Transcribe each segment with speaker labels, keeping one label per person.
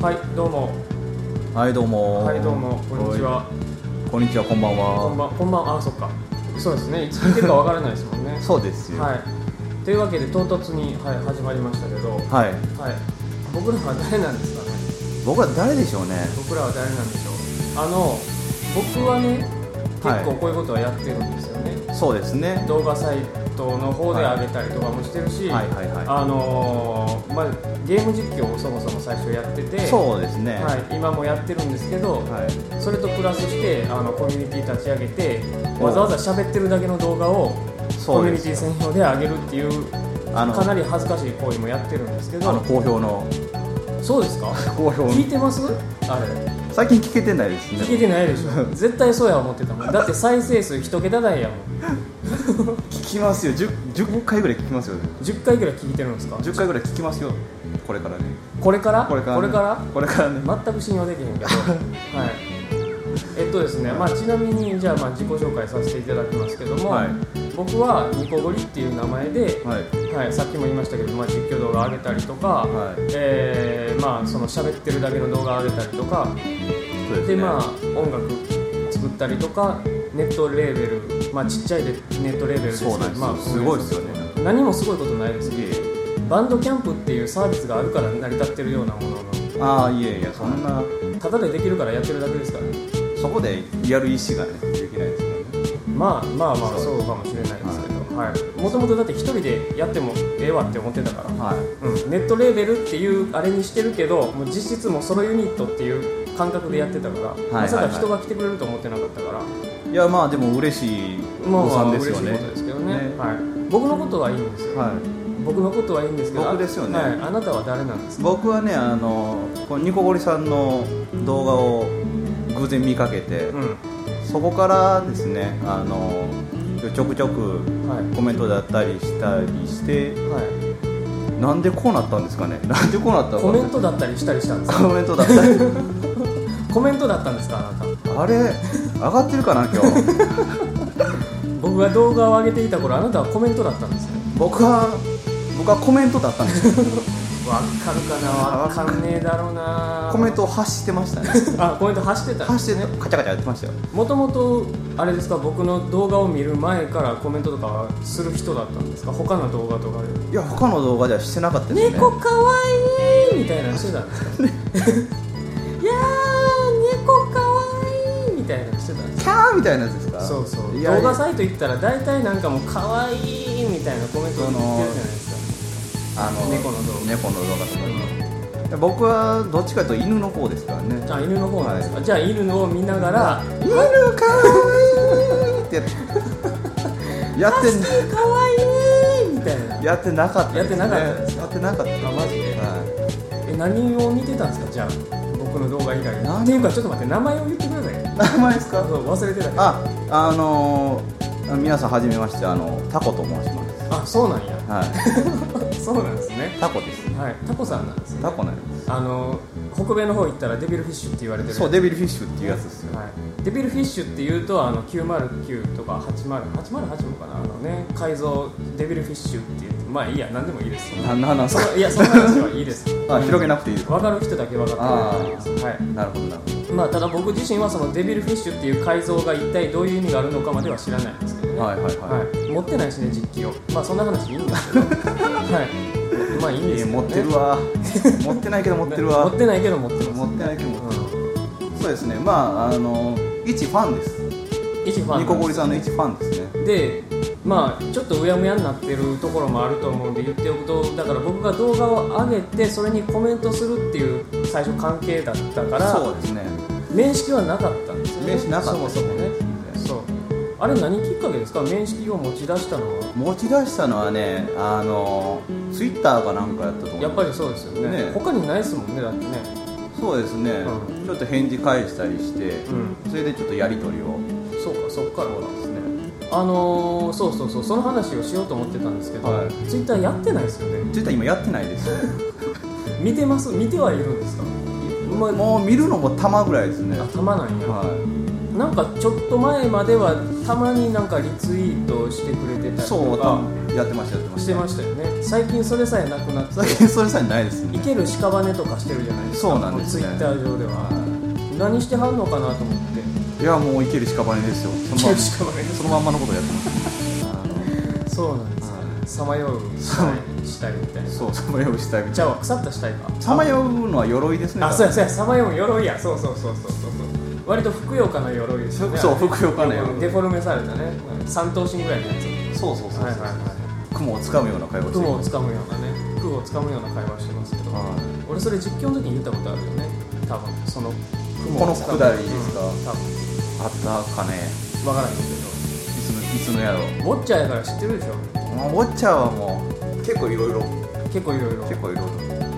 Speaker 1: はいどうも
Speaker 2: はいどうも
Speaker 1: はいどうもこんにちは
Speaker 2: こんにちはこんば
Speaker 1: こ
Speaker 2: ん
Speaker 1: ん
Speaker 2: は
Speaker 1: ばんこんばんはあそっかそうですねいつ聞いてるかわからないですもんね
Speaker 2: そうですよ
Speaker 1: はいというわけで唐突に、はい、始まりましたけど、はい、
Speaker 2: はい、
Speaker 1: 僕らは誰なんですかね
Speaker 2: 僕ら誰でしょうね
Speaker 1: 僕らは誰なんでしょうあの僕はね
Speaker 2: はい
Speaker 1: 結構こういうことはやってるんですよね、
Speaker 2: そうですね
Speaker 1: 動画サイトの方で上げたりとかもしてるし、
Speaker 2: はいはいはい
Speaker 1: あのーまあ、ゲーム実況をそもそも最初やってて
Speaker 2: そうですね
Speaker 1: はい、今もやってるんですけど、
Speaker 2: はい
Speaker 1: それとプラスしてあのコミュニティ立ち上げてわざわざ喋ってるだけの動画をコ
Speaker 2: そう
Speaker 1: ミュ
Speaker 2: で
Speaker 1: ニ
Speaker 2: す
Speaker 1: ティ
Speaker 2: よ
Speaker 1: 専用で上げるっていう
Speaker 2: あの
Speaker 1: かなり恥ずかしい行為もやってるんですけ
Speaker 2: あ
Speaker 1: ど
Speaker 2: の好評の
Speaker 1: そうですか
Speaker 2: 好評
Speaker 1: 聞いてますあれ
Speaker 2: 最近聞けてないです
Speaker 1: 聞け
Speaker 2: ね
Speaker 1: てないでし ょ絶対そうや思ってたもんだって再生数一桁台やもん
Speaker 2: 聞きますよ 10, 10回ぐらい聞きますよ
Speaker 1: 10回ぐらい聞いてるんですか
Speaker 2: 10回ぐらい聞きますよこれからね
Speaker 1: これから
Speaker 2: これからね
Speaker 1: これから
Speaker 2: これからね
Speaker 1: 全く信用できへんけど はいえっとですね、まあ、ちなみにじゃあまあ自己紹介させていただきますけども、
Speaker 2: はい
Speaker 1: 僕はニコゴリっていう名前で、
Speaker 2: はい
Speaker 1: はい、さっきも言いましたけど、まあ、実況動画上げたりとか、
Speaker 2: はい
Speaker 1: えーまあその喋ってるだけの動画上げたりとか
Speaker 2: そうです
Speaker 1: で
Speaker 2: ね
Speaker 1: まあ音楽作ったりとかネットレーベルまあちっちゃいでネットレーベルですけ
Speaker 2: そ
Speaker 1: ど
Speaker 2: うなんですよ
Speaker 1: まあ
Speaker 2: すごいですよね
Speaker 1: 何もすごいことないです
Speaker 2: いえいえ
Speaker 1: バンドキャンプっていうサービスがあるから成り立ってるようなものの
Speaker 2: ああいやいやそんな
Speaker 1: ただでできるからやってるだけですからね
Speaker 2: そこでやる意思がねできないですよね
Speaker 1: まあまあまあ
Speaker 2: そ
Speaker 1: そううかもしれないですけどはいもともとだって一人でやってもええわって思ってたから
Speaker 2: はい
Speaker 1: うん、ネットレーベルっていうあれにしてるけどもう実質もうソロユニットっていう感覚でやってたから、
Speaker 2: い
Speaker 1: まさ
Speaker 2: はい
Speaker 1: か
Speaker 2: はい
Speaker 1: 人が来てくれると思ってなかったから、
Speaker 2: いやまあでも嬉しい
Speaker 1: まあ
Speaker 2: 誤
Speaker 1: まあ
Speaker 2: 算で
Speaker 1: 嬉
Speaker 2: す
Speaker 1: しい
Speaker 2: よ
Speaker 1: こと
Speaker 2: ね
Speaker 1: ですけどね
Speaker 2: ね
Speaker 1: はい、僕のことはいいんですよ、
Speaker 2: はい
Speaker 1: 僕のことはいいんですけど
Speaker 2: 僕ですよね
Speaker 1: はい、あなたは誰なんですか
Speaker 2: 僕はねあのこのニコゴリさんの動画を偶然見かけて、
Speaker 1: うんは
Speaker 2: そこからですねあのちょくちょく
Speaker 1: い
Speaker 2: コメントだったりしたりして
Speaker 1: は
Speaker 2: なんでこうなったんですかねなんでこうなった
Speaker 1: い
Speaker 2: の
Speaker 1: コメン
Speaker 2: ト
Speaker 1: トだったりしたりしたんですか
Speaker 2: コメントだったり
Speaker 1: コメントだったんですかあなた
Speaker 2: あれ上がってるかな今日
Speaker 1: 僕が動画を上げていた頃あなたはコメントだったんですね
Speaker 2: 僕は僕はコメントだったんですよ
Speaker 1: わかるかなわかんねえだろうな
Speaker 2: コメントを発してましたね
Speaker 1: あコメント走ってた
Speaker 2: 発してねカチャカチャやってましたよ
Speaker 1: もともとあれですか僕の動画を見る前からコメントとかはする人だったんですか他の動画とかで
Speaker 2: いや他の動画ではしてなかったですね
Speaker 1: 猫かわいい みたいなのしてたんですかいやー猫かわいいみたいなのしてたんです
Speaker 2: キャーみたいなやつですか
Speaker 1: かそうそう
Speaker 2: いやいや
Speaker 1: 動画サイト行ったら大体なんかもうかわいいみたいなコメントを言ってるじゃないですか
Speaker 2: あの
Speaker 1: 猫の動画
Speaker 2: 猫の動画とか今僕はどっちかというと犬の方ですからね
Speaker 1: あ犬の方なんですか、じゃあ犬のを見ながら
Speaker 2: 「犬かわいい!」って やってやって
Speaker 1: かわいいみたいな
Speaker 2: やってなかったですね
Speaker 1: やってなかったです
Speaker 2: やってなかったです
Speaker 1: あマジで
Speaker 2: は
Speaker 1: え何を見てたんですかじゃあ僕の動画以外に
Speaker 2: 何
Speaker 1: っていうかちょっと待って名前を言ってください
Speaker 2: い名前です
Speaker 1: あ
Speaker 2: か
Speaker 1: そう忘れてたけど
Speaker 2: ああのー、皆さんはじめましてあのタコと申します
Speaker 1: あそうなんや
Speaker 2: はい
Speaker 1: そうなんです ね
Speaker 2: タコです
Speaker 1: はいタコさんなんですね
Speaker 2: タコなんで
Speaker 1: あの北米の方行ったらデビルフィッシュって言われてる
Speaker 2: すそうデビルフィッシュっていうやつですよ、
Speaker 1: はい、デビルフィッシュっていうとあの909とか800808もかなあのね改造デビルフィッシュって言ってまあいいや何でもいいです
Speaker 2: なななんす
Speaker 1: そ
Speaker 2: か
Speaker 1: のいやその話はいいです
Speaker 2: あ広げなくていいです
Speaker 1: 分かる人だけ分かってくれたらいいです、はい
Speaker 2: なるほどなるほ
Speaker 1: まあ、ただ僕自身はそのデビルフィッシュっていう改造が一体どういう意味があるのかまでは知らないんですけどね、
Speaker 2: どはいはいは
Speaker 1: はい、持ってないしね実機をまあそんな話いいんですけどはいまあいいん
Speaker 2: い、い
Speaker 1: で
Speaker 2: い
Speaker 1: すけど、ね、
Speaker 2: 持って るわ持ってないけど持ってるわ
Speaker 1: 持ってないけど持ってます
Speaker 2: 持ってないけど持ってる
Speaker 1: う
Speaker 2: そうですね、まあ、あの、一ファンです。
Speaker 1: ん一ファン
Speaker 2: ニコゴリ
Speaker 1: ん
Speaker 2: さんの一ファンですね。
Speaker 1: でまあちょっとうやむやになってるところもあると思うんで言っておくとだから僕が動画を上げてそれにコメントするっていう最初関係だったから
Speaker 2: そうですね。
Speaker 1: 面識はなかったんですよね
Speaker 2: 名刺なかった
Speaker 1: そもそもねそうあれ何きっかけですか面識を持ち出したのは
Speaker 2: 持ち出したのはね、あの、ツイッターかなんかやったと思う。
Speaker 1: やっぱりそうですよね
Speaker 2: ね
Speaker 1: 他にないですもんねだってね
Speaker 2: そうですね、
Speaker 1: う
Speaker 2: ちょっと返事返したりして、
Speaker 1: うん
Speaker 2: それでちょっとやり取りを。
Speaker 1: そうかそっから
Speaker 2: そうなんですね。
Speaker 1: あのー、そうそうそうその話をしようと思ってたんですけど、
Speaker 2: はい
Speaker 1: ツイッターやってないですよね
Speaker 2: ツイッター今やってないですよ。
Speaker 1: 見てます見てはいるんですか
Speaker 2: もうもう見るのもたまぐらいですね。
Speaker 1: あたまなんや、
Speaker 2: は
Speaker 1: なんかちょっと前まではたまになんかリツイートしてくれてたり
Speaker 2: い。そ
Speaker 1: と
Speaker 2: う、た
Speaker 1: か
Speaker 2: やってましたやってま
Speaker 1: し
Speaker 2: してた
Speaker 1: ましたよね最近それさえなくなって
Speaker 2: 最近それさえないです
Speaker 1: い
Speaker 2: ね
Speaker 1: ける屍とかしてるじゃないですか
Speaker 2: そうなんですね
Speaker 1: ツイッター上では
Speaker 2: は
Speaker 1: 何してはんのかなと思って
Speaker 2: いいやもういける屍ですよ そ
Speaker 1: 生
Speaker 2: のまんま
Speaker 1: きる屍です
Speaker 2: そのまんまのことやってます
Speaker 1: そうなんです
Speaker 2: は
Speaker 1: さまよう死体死体みたいな
Speaker 2: そうさまようしたいみ
Speaker 1: じ
Speaker 2: た
Speaker 1: ゃ
Speaker 2: い
Speaker 1: あ腐った死体か
Speaker 2: なさまようのは鎧ですね
Speaker 1: あそうやそうやさまよう鎧やそうそうそうそうそうそう割とふくよかな�oroいですよね
Speaker 2: そうふくよかな鎧
Speaker 1: デフォルメされたね三頭身ぐらいのや
Speaker 2: そうそうそう
Speaker 1: つ
Speaker 2: そう、
Speaker 1: はいはいは
Speaker 2: 雲をつかむような会話
Speaker 1: い
Speaker 2: をして
Speaker 1: 雲を
Speaker 2: ます
Speaker 1: つかむようなね雲をつかむような会話してますけど
Speaker 2: はい
Speaker 1: 俺それ実況の時に言ったことあるよね多分その
Speaker 2: このくだりですか
Speaker 1: うん多分
Speaker 2: あったかね
Speaker 1: わからないけ
Speaker 2: いつのいつのやろ
Speaker 1: どボッチャやから知ってるでしょ
Speaker 2: もうウォッチャーはもう結構いろいろ
Speaker 1: 結構いろいろ
Speaker 2: 結構いろい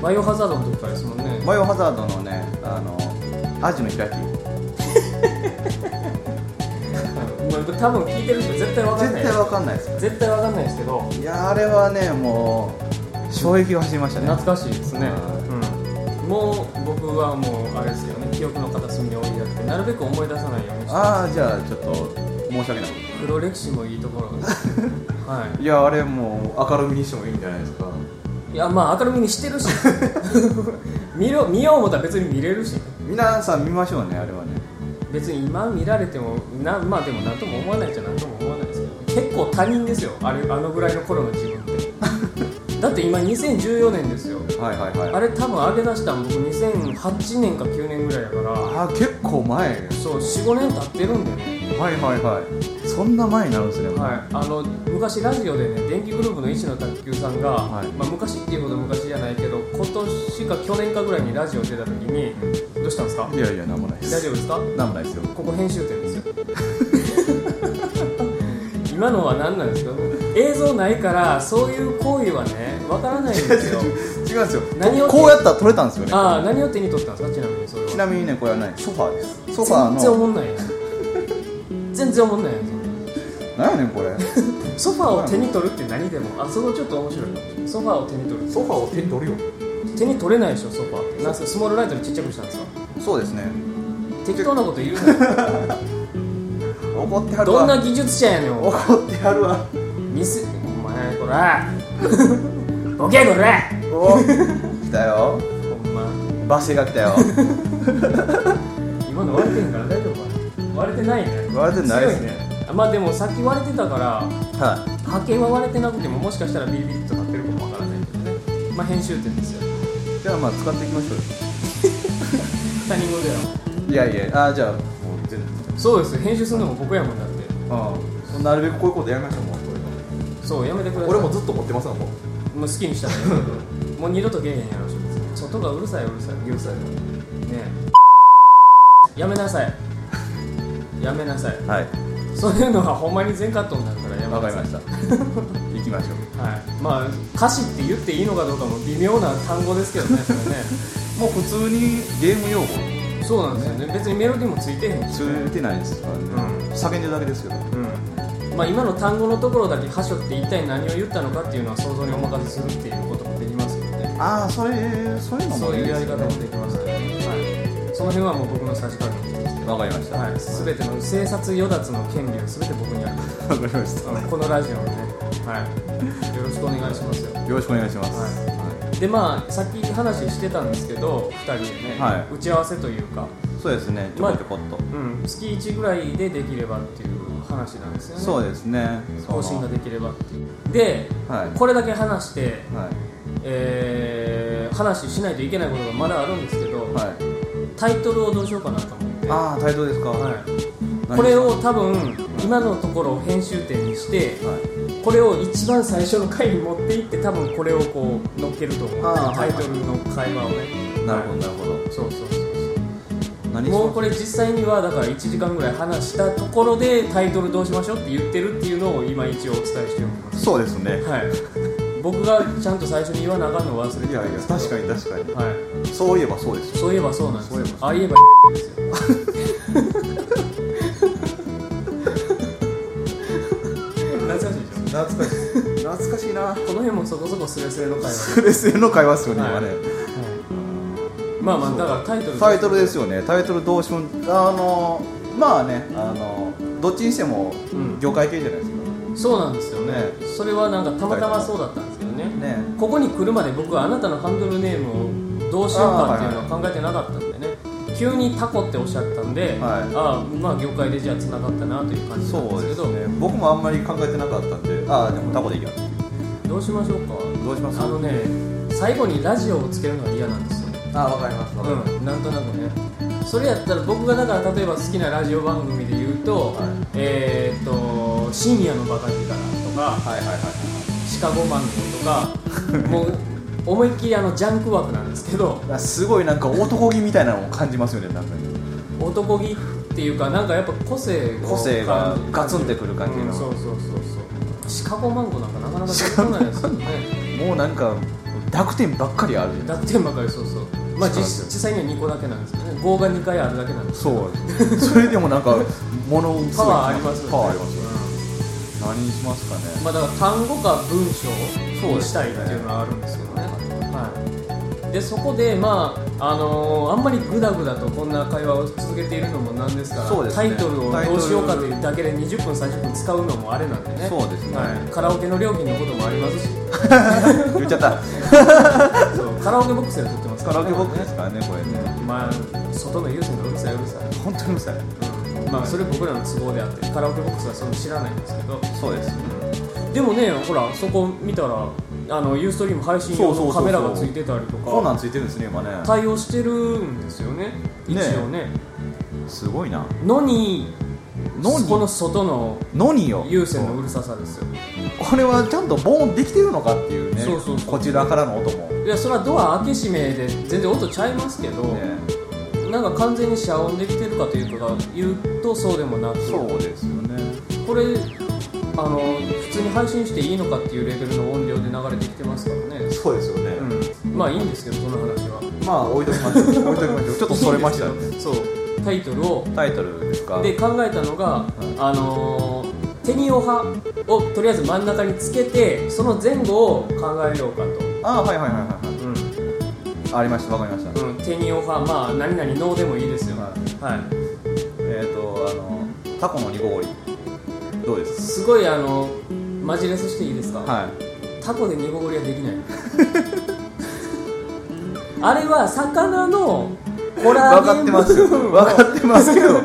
Speaker 1: バイオハザードの時からですもんね
Speaker 2: ろバイオハザードのねあのアジの開き
Speaker 1: うん多分聞いてる人絶対わかんな
Speaker 2: 絶
Speaker 1: い
Speaker 2: 対わかんないですよ
Speaker 1: 絶対わかんないですけど
Speaker 2: いやあれはねもう衝撃を走りましたね
Speaker 1: 懐かしいですね、
Speaker 2: は
Speaker 1: うん、もう僕はもうあれですけどね記憶の片隅に置いてあってなるべく思い出さないようにして
Speaker 2: ああじゃあちょっと申し訳ないこ
Speaker 1: 黒歴史もいいところなんです は
Speaker 2: といやあれもう明るみにしてもいいんじゃないですか
Speaker 1: いいやまあ明るみにしてるし 見ろ見よう思ったら別に見れるし
Speaker 2: 皆さん見ましょうねあれはね
Speaker 1: 別に今見られてもなまあでも何とも思わないじゃ何とも思わないですけど結構他人ですよあれあのぐらいの頃の自分って だって今2014年ですよ
Speaker 2: はいはいはい
Speaker 1: あれ多分上げ出したの僕2008年か9年ぐらいだから
Speaker 2: あー結構前はい
Speaker 1: そう45年経ってるんだよね
Speaker 2: はいはいそんな前になるんですねもう
Speaker 1: はい、あの昔ラジオでね電気グループの石野卓球さんが、
Speaker 2: はい
Speaker 1: まあ、昔っていうほど昔じゃないけど今年か去年かぐらいにラジオ出た時にどうしたんですか
Speaker 2: いやいやなんもないで
Speaker 1: 大丈
Speaker 2: す
Speaker 1: 夫ですか
Speaker 2: なんもないですよ
Speaker 1: ここ編集点 ですよ今のは何なんですか映像ないからそういう行為はねわからないん ですよ
Speaker 2: 違うんですよ
Speaker 1: 何を
Speaker 2: こうやったら取れたんですよね
Speaker 1: ああ何を手に取ったんですかちなみにそれは
Speaker 2: ちなみにねこれはねソファーですソファー
Speaker 1: 全然お
Speaker 2: の
Speaker 1: もんないやん全然おもんないやん
Speaker 2: 何やねんこれ
Speaker 1: ソファーを手に取るって何でもあそこちょっと面白いかもしれないソファーを手に取る
Speaker 2: ソファーを手に取るよ
Speaker 1: 手に取れないでしょソファーってなんすかスモールライトにちっちゃくしたんですか
Speaker 2: そうですね
Speaker 1: 適当なこと言う なよ
Speaker 2: 怒ってはるわ
Speaker 1: どんな技術者やねんお前
Speaker 2: 怒ってはるわ
Speaker 1: ミスお前こら ボケこら
Speaker 2: お 来たよ
Speaker 1: ほんま
Speaker 2: バスが来たよ
Speaker 1: 今の割れてんから大丈夫かな割れてないね
Speaker 2: 割れてないですね
Speaker 1: 強あまあでもさっき割れてたから
Speaker 2: は
Speaker 1: 波形は割れてなくてももしかしたらビリビリっとなってるかもわからないけどねまあ編集点ですよ
Speaker 2: いじゃあまあ使っていきましょう
Speaker 1: 他人事や
Speaker 2: よいやいやあーじゃあもう全然
Speaker 1: そうですよ編集するのも僕やもんだって
Speaker 2: うんなるべくこういうことやめましょうもうこれ
Speaker 1: そうやめてください
Speaker 2: 俺もずっと持ってますもんも
Speaker 1: もう好きにしたらいいもう二度とゲーへんやろうし外がうるさいうるさいうるさいねえやめなさいやめなさいう
Speaker 2: はい
Speaker 1: そういうのはほんまに全カットになるからやめ
Speaker 2: わ
Speaker 1: な
Speaker 2: か
Speaker 1: さ
Speaker 2: り
Speaker 1: い
Speaker 2: ま した行きましょう
Speaker 1: はい、まあ歌詞って言っていいのかどうかも微妙な単語ですけどねそれ
Speaker 2: もう普通にゲーム用語
Speaker 1: ねそうなんですよね別にメロディーもついてへんし、
Speaker 2: ついてないですからね、
Speaker 1: う
Speaker 2: 叫んでるだけですけど
Speaker 1: うんまあ、今の単語のところだけ箇所って一体何を言ったのかっていうのは想像にお任せするっていうこともできますよね
Speaker 2: ああそれそういうの
Speaker 1: そ
Speaker 2: も
Speaker 1: う
Speaker 2: いい
Speaker 1: いう
Speaker 2: で
Speaker 1: や
Speaker 2: す
Speaker 1: り
Speaker 2: ね
Speaker 1: 方もできますからね、はい、その辺はもう僕の差し掛けです
Speaker 2: わかりました
Speaker 1: はい、すべての生殺与奪の権利はすべて僕にある
Speaker 2: わかりました
Speaker 1: このラジオのね、はい、よろしくお願いしますよ
Speaker 2: よろしくお願いします、
Speaker 1: はでまあさっき話してたんですけど2人でね、
Speaker 2: はい
Speaker 1: 打ち合わせというか、
Speaker 2: そうですねちょ
Speaker 1: まあ
Speaker 2: こちょこっと、
Speaker 1: うん、月1ぐらいでできればっていう話なんですよね
Speaker 2: そうですね
Speaker 1: 更新ができればっていうで、
Speaker 2: はい
Speaker 1: これだけ話して、
Speaker 2: はい
Speaker 1: えー話しないといけないことがまだあるんですけど、
Speaker 2: はい
Speaker 1: タイトルをどうしようかなと思って
Speaker 2: ああ対等ですか、
Speaker 1: はい、
Speaker 2: 何
Speaker 1: これを多分今のところを編集点にして
Speaker 2: はい
Speaker 1: これを一番最初の回に持っていって多分これをこう乗っけると思う
Speaker 2: あー
Speaker 1: タイトルの会話をね
Speaker 2: なるほどなるほど
Speaker 1: そうそうそう
Speaker 2: 何します
Speaker 1: もうこれ実際にはだから1時間ぐらい話したところでタイトルどうしましょうって言ってるっていうのを今一応お伝えしておきます
Speaker 2: そうですね
Speaker 1: はい僕がちゃんと最初に言わなあかんのを忘れて
Speaker 2: いやいや確か
Speaker 1: に、
Speaker 2: に確かに
Speaker 1: は
Speaker 2: そういえばそうです
Speaker 1: い、
Speaker 2: よ
Speaker 1: そういえばそうなんですよ
Speaker 2: そういえば
Speaker 1: ああいえばですよ 懐かしいでしょ
Speaker 2: 懐かしい懐かし いな
Speaker 1: この辺もそこそこスレスレの会話
Speaker 2: スレスレの会話 ですよね、
Speaker 1: はい
Speaker 2: 今ね
Speaker 1: まあまあだからタイトル
Speaker 2: タイトルです
Speaker 1: よ
Speaker 2: よねタイトルどうしようあのまあねあのどっちにしても
Speaker 1: うん
Speaker 2: 業界系じゃないですか、
Speaker 1: そうなんですよね
Speaker 2: ね
Speaker 1: それはなんかたまたまそうだったんですけどね
Speaker 2: ね
Speaker 1: ここに来るまで僕はあなたのハンドルネームをどうしようかっていうのは考えてなかったんでね、急にタコっておっしゃったんで、
Speaker 2: はい
Speaker 1: ああまあ業界でじゃあつながったなという感じなん
Speaker 2: そ
Speaker 1: で
Speaker 2: う
Speaker 1: す
Speaker 2: で
Speaker 1: け
Speaker 2: す
Speaker 1: ど
Speaker 2: ね僕もあんまり考えてなかったんでああでもタコでいいや
Speaker 1: どうしましょうか
Speaker 2: どうします
Speaker 1: あのね最後にラジオをつけるのは嫌なんですよ
Speaker 2: あわかります
Speaker 1: うんなんとなくねそれやったら僕がだから例えば好きなラジオ番組で言うと、
Speaker 2: はい
Speaker 1: えーっと深夜のバカ力とか
Speaker 2: はいはいはい
Speaker 1: シカゴマンゴとか もう思いっきりあのジャンク枠なんですけど
Speaker 2: あすごいなんか男気みたいなのを感じますよねなんか
Speaker 1: 男気っていうかなんかやっぱ個性を
Speaker 2: 個性が
Speaker 1: 感じ
Speaker 2: ガツンってくる感じの
Speaker 1: うんそうそうそうそうシカゴマンゴなんかなかなか出てこないですよね
Speaker 2: もうなんか濁点ばっかりあるじゃない
Speaker 1: だってばかりそうそうまあ
Speaker 2: そ
Speaker 1: 実
Speaker 2: うなんですよ
Speaker 1: 実際には2個だけなんですけどね5が2回あるだけなんです
Speaker 2: そうそれでもなんか物を
Speaker 1: パワーありますよね
Speaker 2: パワーありますよ何にしますかね
Speaker 1: まあ、だから単語か文章
Speaker 2: そう
Speaker 1: に
Speaker 2: で
Speaker 1: し
Speaker 2: す
Speaker 1: たい
Speaker 2: ね
Speaker 1: っていうのはあるんですけどね。はい、でそこで、まああのーあんまりグダグダとこんな会話を続けているのもなんですから
Speaker 2: そうです
Speaker 1: タ
Speaker 2: ね
Speaker 1: イトルを
Speaker 2: タイト
Speaker 1: ど
Speaker 2: ル
Speaker 1: うしようかというだけで20分、30分使うのもあれなんでね
Speaker 2: そうですね
Speaker 1: はい、カラオケの料金のこともありますし
Speaker 2: 言っち ゃった
Speaker 1: そうカラオケボックスで撮ってます
Speaker 2: カ
Speaker 1: から
Speaker 2: ラ
Speaker 1: ね
Speaker 2: オケボックスですからねこれね
Speaker 1: まあ、外の有線がうるさいうるさい、
Speaker 2: 本当にうるさい
Speaker 1: まあ、それ僕らの都合であってカラオケボックスはその知らないんですけど。
Speaker 2: そうです
Speaker 1: でもねほらそこ見たらあのユーストリーム配信用
Speaker 2: そう
Speaker 1: の
Speaker 2: そうそうそ
Speaker 1: カ
Speaker 2: う
Speaker 1: メラがついてたりと
Speaker 2: コーナ
Speaker 1: か
Speaker 2: ーついてるんですね今ね
Speaker 1: 対応してるんですよね一応ね
Speaker 2: すごいな
Speaker 1: のに
Speaker 2: の
Speaker 1: この
Speaker 2: に
Speaker 1: 外の
Speaker 2: のによ
Speaker 1: 有線のうるささですよ
Speaker 2: これはちゃんと防音できてるのかっていうね
Speaker 1: そうそうそう
Speaker 2: こちらからの音もね
Speaker 1: いやそれはドア開け閉めで全然音ちゃいますけど、なんか完全に遮音できてるかというか言うとそうでもなく
Speaker 2: そうですよね
Speaker 1: これあの普通に配信していいのかっていうレベルの音量で流れてきてますからね、
Speaker 2: そうですよね
Speaker 1: うん、まあいいんですけどその話は
Speaker 2: まあ置いときましょう置いときましょ うちょっとそれましたね
Speaker 1: そうタイトルを
Speaker 2: タイトルですか
Speaker 1: で考えたのが、あのーテニオ派をとりあえず真ん中につけてその前後を考えようかと、
Speaker 2: ああはいはいはいはいはい
Speaker 1: うん
Speaker 2: ありましたわかりました
Speaker 1: テニオ派まあ何々ノーでもいいですよは、
Speaker 2: はいえっ、とあのタコの煮こごりどうです
Speaker 1: すごいあのマジレスしていいですか、
Speaker 2: は
Speaker 1: タコで煮こごりはできないあれは魚のコ
Speaker 2: い
Speaker 1: ラ
Speaker 2: 分
Speaker 1: ーゲ
Speaker 2: か
Speaker 1: ン
Speaker 2: ってます
Speaker 1: 部分
Speaker 2: 分かってますけど うわ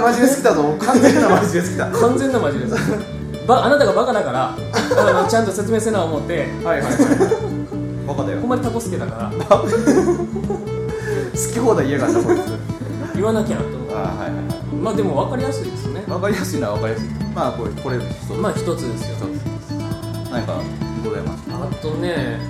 Speaker 2: ーマジで好きだぞ完全なマジで好きだ
Speaker 1: 完全なマジレスばあなたがバカだからあのちゃんと説明せな思って
Speaker 2: はいはいはい分かったよ
Speaker 1: ほんまにタコ好きだから
Speaker 2: 好き放題嫌がったこいつ
Speaker 1: 言わなきゃと思
Speaker 2: あ
Speaker 1: う
Speaker 2: はいはいは
Speaker 1: まあでも分かりやすいですね
Speaker 2: い分かりやすいのは分かりやすいまあこれこれ一つ
Speaker 1: まあ一つですよ
Speaker 2: 何かございます
Speaker 1: あとね、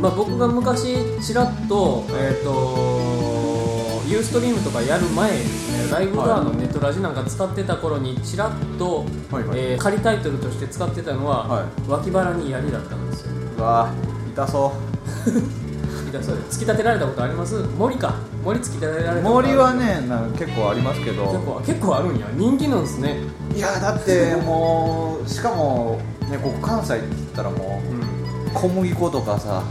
Speaker 1: まあ、僕が昔ちらっとえっ、とユーストリームとかやる前ですねライブバーのネットラジなんか使ってた頃にちらっと、
Speaker 2: はいはい
Speaker 1: えー仮タイトルとして使ってたのは、
Speaker 2: は
Speaker 1: 脇腹に槍だったんですよ
Speaker 2: うわー痛そう
Speaker 1: 突き出され突き立てられたことあります森か森突き立てられたことある
Speaker 2: 森はねなんか結構ありますけど
Speaker 1: 結構結構あるんや人気なんですね
Speaker 2: いやだってもうしかもねここ関西って言ったらも
Speaker 1: う
Speaker 2: うん小麦粉とかさ、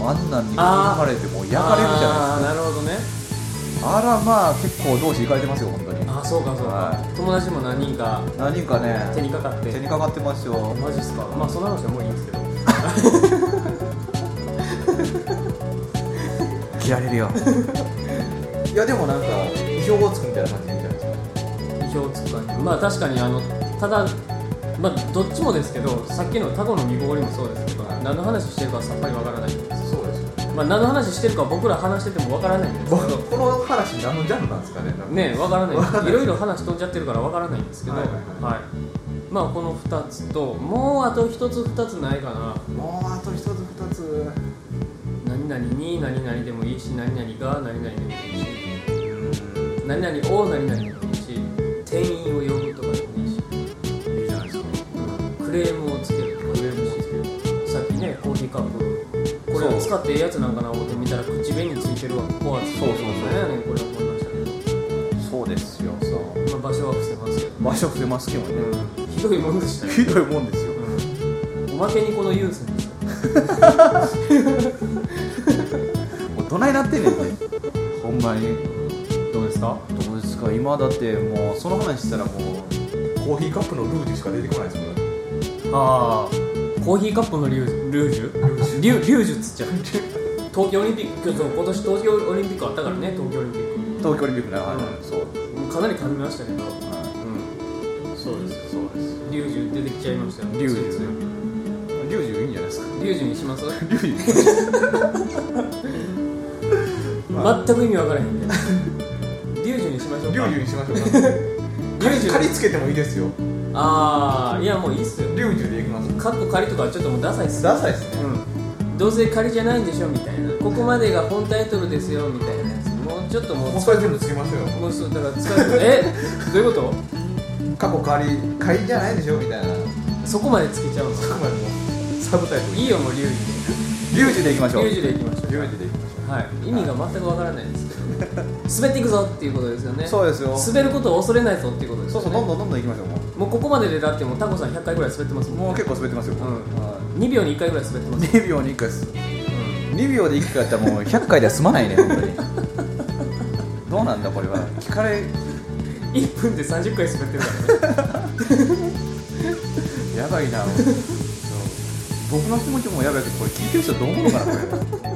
Speaker 1: う
Speaker 2: あんなんに焼かれてもう焼かれ
Speaker 1: い
Speaker 2: るじゃない
Speaker 1: ですかなるほどね
Speaker 2: ですかあらまあ結構同士いかれてますよ本当に
Speaker 1: ああそうかそうか、
Speaker 2: は
Speaker 1: 友達も何人か
Speaker 2: 何人かね
Speaker 1: 手にかかって
Speaker 2: 手にかかってますよ
Speaker 1: マジっすかまあそんな話はもういいんですけど
Speaker 2: 切られるよいやでもなんか標語つくみたいな感じみたいですか
Speaker 1: 意表をつく感じまあ確かにあのただまあどっちもですけどさっきのタコの煮こごりもそうですけど何の話してるかはさっぱりわからない
Speaker 2: そうですよ
Speaker 1: まあ何の話してるかは僕ら話しててもわからないんですけど
Speaker 2: この話何のジャンルなんですかねなんか
Speaker 1: ねわから
Speaker 2: わか
Speaker 1: なんい
Speaker 2: ない
Speaker 1: いろいろ話飛んじゃってるからわからないんですけどは
Speaker 2: はいいはいはい
Speaker 1: まあこの2つともうあと1つ2つないかな
Speaker 2: もうあと一つ二つ
Speaker 1: 何々に何々でもいいし何々が何々でもいいし
Speaker 2: うん
Speaker 1: 何々を何々でもいいし店員を呼ぶとかでもいいし
Speaker 2: いいじゃないですか
Speaker 1: クレームをつけるとかクレームしてさっきねコーヒーカップこれを使ってええやつなんかな思って見たら口紅ついてるわここは
Speaker 2: そうそうそう
Speaker 1: 何やねんこれ思いましたけ
Speaker 2: そうですよそう
Speaker 1: ど、まあ、場所は伏せますけど、
Speaker 2: 場所伏せますけどね、
Speaker 1: うん、ひどいもんでしたよ、
Speaker 2: ひどいもんですよ
Speaker 1: うん、おまけにこの優先ですよ
Speaker 2: もうどないなってんねんこれほんまに
Speaker 1: どうですか
Speaker 2: どうですか今だってもうその話したらもう
Speaker 3: コーヒーカップのルージュしか出てこないですもんね
Speaker 1: ああコーヒーカップのリュールージュリュリュージュっつっちゃう東京オリンピックそう今年東京オリンピックあったからね東京オリンピッ
Speaker 2: 東京オリンピックね、はい
Speaker 1: うん
Speaker 2: そう
Speaker 1: クもうかなり噛みましたけど、
Speaker 2: は
Speaker 1: うん、そうで
Speaker 2: い
Speaker 1: す
Speaker 2: そうです
Speaker 1: リュージュ出てきちゃいましたよ
Speaker 2: リュウジ
Speaker 1: ついつい
Speaker 2: リュウジュいいんじゃないです か
Speaker 1: リュージュにします
Speaker 2: リュウジ
Speaker 1: 全く意味わからへんけどリュージュにしましょう
Speaker 3: リュ
Speaker 1: か
Speaker 3: ウジュにしましょうか
Speaker 1: リュージ
Speaker 3: 借
Speaker 1: ュ
Speaker 3: りつけてもいいですよ
Speaker 1: ああいやもういいっすよ
Speaker 3: リュウジュでいきます
Speaker 1: カッコ仮とかはちょっともうダサいっす
Speaker 3: ダサいですね
Speaker 1: うんどうせ仮じゃないんでしょみたいなここまでが本タイトルですよみたいなやつもうちょっともう
Speaker 3: もうそれ全部つけましょうよ
Speaker 1: もうそうだから使うえどういうこ
Speaker 3: 過去借り借りじゃないでしょみたいな
Speaker 1: とそこまでつけちゃうの
Speaker 3: あくまでもサブタイトル
Speaker 1: いいよもうリュウジ
Speaker 2: ュリュウジュでいきましょ
Speaker 1: で
Speaker 2: う
Speaker 1: リュウジでいきましょ
Speaker 3: リュウジュでいきましょ
Speaker 1: うはい意味が全くわからないですけど滑っていくぞっていうことですよね
Speaker 2: そうですよ
Speaker 1: 滑ることを恐れないぞっていうことです
Speaker 2: そ
Speaker 1: よ
Speaker 2: う
Speaker 1: ね
Speaker 2: そうどんどんどんどんいきましょうも
Speaker 1: もうここまででだってもうタコさん100回ぐらい滑ってます
Speaker 2: う
Speaker 1: もん
Speaker 2: もう結構滑ってますよ、
Speaker 1: ん
Speaker 2: は
Speaker 1: 2秒に1回ぐらい滑ってま
Speaker 2: い
Speaker 1: す
Speaker 2: 2秒に1回です2秒で1回やったらもう100回では済まないね本当にどうなんだこれは聞かれ
Speaker 1: 1分で30回滑ってるからね
Speaker 2: やばいなそう僕の気持ちもやばいけどこれ聞いてる人どう思うのかなこ